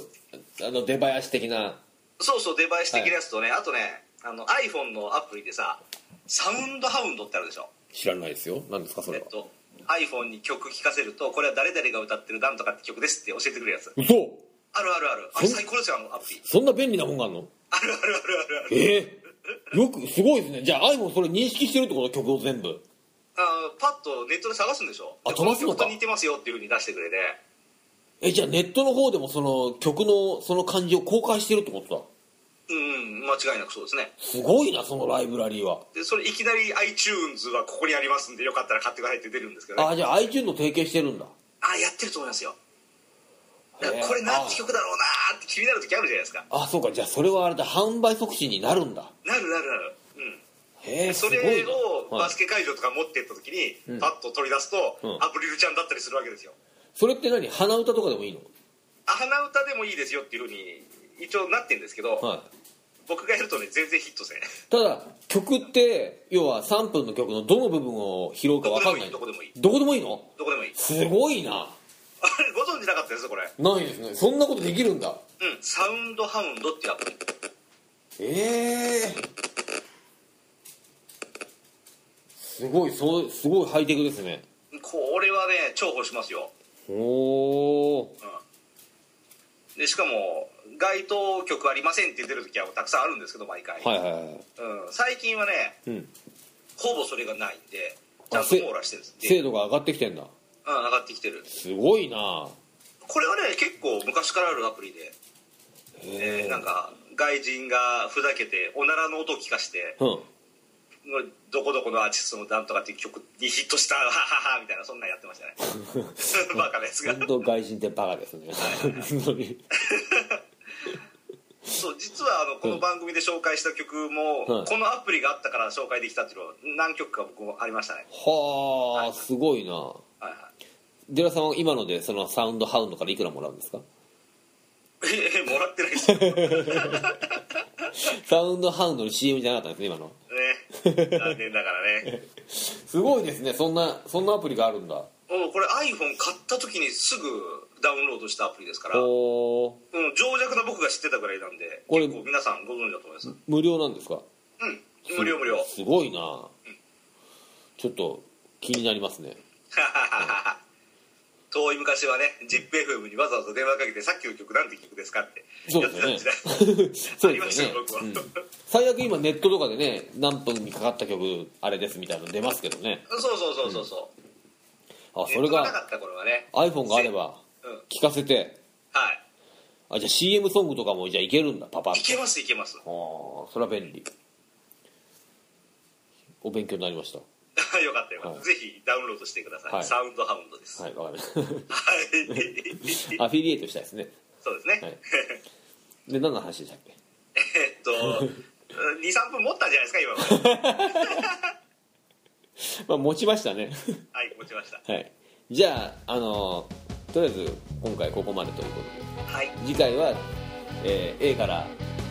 Speaker 1: あの出囃子的な
Speaker 2: そうそうデバイス的なやつとね、あとねあの iPhone のアプリでさサウンドハウンドってあるでしょ
Speaker 1: 知らないですよ何ですかそ
Speaker 2: え
Speaker 1: れは
Speaker 2: っと iPhone に曲聴かせるとこれは誰々が歌ってるなんとかって曲ですって教えてくれるやつ
Speaker 1: 嘘
Speaker 2: あるあるあるあれ
Speaker 1: そん
Speaker 2: 最高ですよあのアプリ
Speaker 1: そんな便利なもんがあるの
Speaker 2: あるあるあるあるある
Speaker 1: ええよくすごいですねじゃあ iPhone それ認識してるってこと曲を全部
Speaker 2: あーパッとネットで探すんでしょ
Speaker 1: あ
Speaker 2: でこ
Speaker 1: 飛
Speaker 2: の
Speaker 1: ばすのか
Speaker 2: 曲と似てますよっていうふうに出してくれて
Speaker 1: えじゃあネットの方でもその曲のその感じを公開してるってことだ
Speaker 2: うん、間違いなくそうですね。
Speaker 1: すごいなそのライブラリーは
Speaker 2: で、それいきなり iTunes はここにありますんで、よかったら買ってくださいって出るんですけどね。
Speaker 1: あじゃあ iTunes と提携してるんだ
Speaker 2: あ、やってると思いますよ。だか
Speaker 1: へ
Speaker 2: ら
Speaker 1: ー
Speaker 2: これなんて曲だろうなーって気になる時あるじゃないですか。
Speaker 1: あそうかじゃあそれはあれだ販売促進になるんだ
Speaker 2: なるなるなる。うん。
Speaker 1: へえす
Speaker 2: そ
Speaker 1: ごい
Speaker 2: れを
Speaker 1: なは
Speaker 2: バ
Speaker 1: い
Speaker 2: スケ会場とか持ってった時に
Speaker 1: うん
Speaker 2: パッと取り出すと
Speaker 1: うん
Speaker 2: アブリルちゃんだったりするわけですよ
Speaker 1: それって何鼻歌とかでもいいの
Speaker 2: あ鼻歌でもいいですよっていうふうに一応なってるんですけど、
Speaker 1: はい
Speaker 2: 僕がやるとね全然ヒットせん
Speaker 1: ただ曲って要は3分の曲のどの部分を拾うか分かんない
Speaker 2: どこでもいい
Speaker 1: どこでもいいの
Speaker 2: どこでもいい
Speaker 1: すごいな
Speaker 2: あれご存知なかったですこれ
Speaker 1: ないですねそんなことできるんだ
Speaker 2: うんサウンドハウンドっていうアプリ
Speaker 1: ええすごいそうすごいハイテクですね
Speaker 2: これはね重宝しますよ
Speaker 1: おお
Speaker 2: でしかも該当曲ありませんって出る時はたくさんあるんですけど毎回、
Speaker 1: はいはいはい
Speaker 2: うん、最近はね
Speaker 1: うん
Speaker 2: ほぼそれがないんでちゃ
Speaker 1: あ
Speaker 2: んと網羅してるんです
Speaker 1: 精度が上がってきてんだ
Speaker 2: うん、上がってきてる
Speaker 1: すごいな
Speaker 2: これはね結構昔からあるアプリで、えーなんか外人がふざけておならの音を聞かして
Speaker 1: うん
Speaker 2: どこどこのアーティストのなんとかっていう曲にヒットしたはははみたいなそんなんやってましたね バカなやつが
Speaker 1: 本当外人ってバカですね
Speaker 2: そう実はあのこの番組で紹介した曲も、
Speaker 1: はい
Speaker 2: このアプリがあったから紹介できたっていうのは何曲か僕もありましたね、
Speaker 1: はあすごいな
Speaker 2: はいはい
Speaker 1: デラさんは今のでそのサウンドハウンドからいくらもらうんですか
Speaker 2: え もらってないですよね
Speaker 1: サウンドハウンドの CM じゃなかったんですね今の
Speaker 2: 残念だからね
Speaker 1: すごいですねそんなそんなアプリがあるんだ
Speaker 2: もうこれ iPhone 買った時にすぐダウンロードしたアプリですから
Speaker 1: おー
Speaker 2: うん、情弱な僕が知ってたぐらいなんで
Speaker 1: これ
Speaker 2: 結構皆さんご存知だと思います
Speaker 1: 無料なんですか
Speaker 2: うん無料無料
Speaker 1: すごいなちょっと気になりますね
Speaker 2: 遠い昔はね ZIPFM にわざわざ電話かけてさっきの曲なんて曲ですかって
Speaker 1: そうですよね
Speaker 2: やってた時代
Speaker 1: そう
Speaker 2: あり
Speaker 1: で
Speaker 2: ますした
Speaker 1: よね、
Speaker 2: よ僕は、
Speaker 1: うん
Speaker 2: そう
Speaker 1: 最悪今ネットとかでね何分にかかった曲あれですみたいなの出ますけどね
Speaker 2: そうそうそうそう、
Speaker 1: あ
Speaker 2: ネ
Speaker 1: そ
Speaker 2: ッ
Speaker 1: れ
Speaker 2: トがなか
Speaker 1: が
Speaker 2: った頃はね
Speaker 1: iPhone があれば
Speaker 2: うん
Speaker 1: 聞かせて
Speaker 2: は
Speaker 1: あじゃあ CM ソングとかもじゃあいけるんだパパッ
Speaker 2: いいけますいけます
Speaker 1: あーそれは便利お勉強になりました
Speaker 2: よかったよかった、
Speaker 1: はい
Speaker 2: ぜひダウンロードしてください、
Speaker 1: はい
Speaker 2: サウンドハウンドですは、
Speaker 1: はいいわかりました
Speaker 2: そ う
Speaker 1: アフィリエイトしたいですね
Speaker 2: ですね、
Speaker 1: はいで何の話でしたっけ
Speaker 2: えっと23分持ったんじゃないですか今まで
Speaker 1: まあ持ちましたね
Speaker 2: はい持ちました
Speaker 1: はいじゃああのーとりあえず今回ここまでということで
Speaker 2: はい
Speaker 1: 次回は、えー A から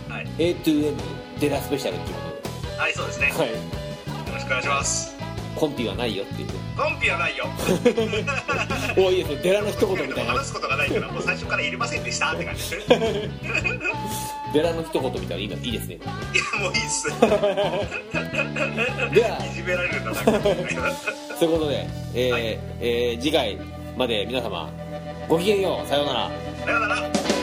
Speaker 2: はい
Speaker 1: A to M デラスペシャルっていう
Speaker 2: はいそうですね、
Speaker 1: ことで、はい、
Speaker 2: よろしくお願いします
Speaker 1: コンピはないよっていうね
Speaker 2: コンピはないよ
Speaker 1: おいいですねデラの一言
Speaker 2: で
Speaker 1: み
Speaker 2: も
Speaker 1: たいな
Speaker 2: 話すことがないからもう最初からいりませんでしたって感じいや
Speaker 1: デラの一言みたいなのいいないいですね
Speaker 2: もういいっすい
Speaker 1: では
Speaker 2: じめられるんだなはい
Speaker 1: そういうことで、えー
Speaker 2: はい
Speaker 1: えー次回まで皆様ごきげんようさようなら
Speaker 2: さようなら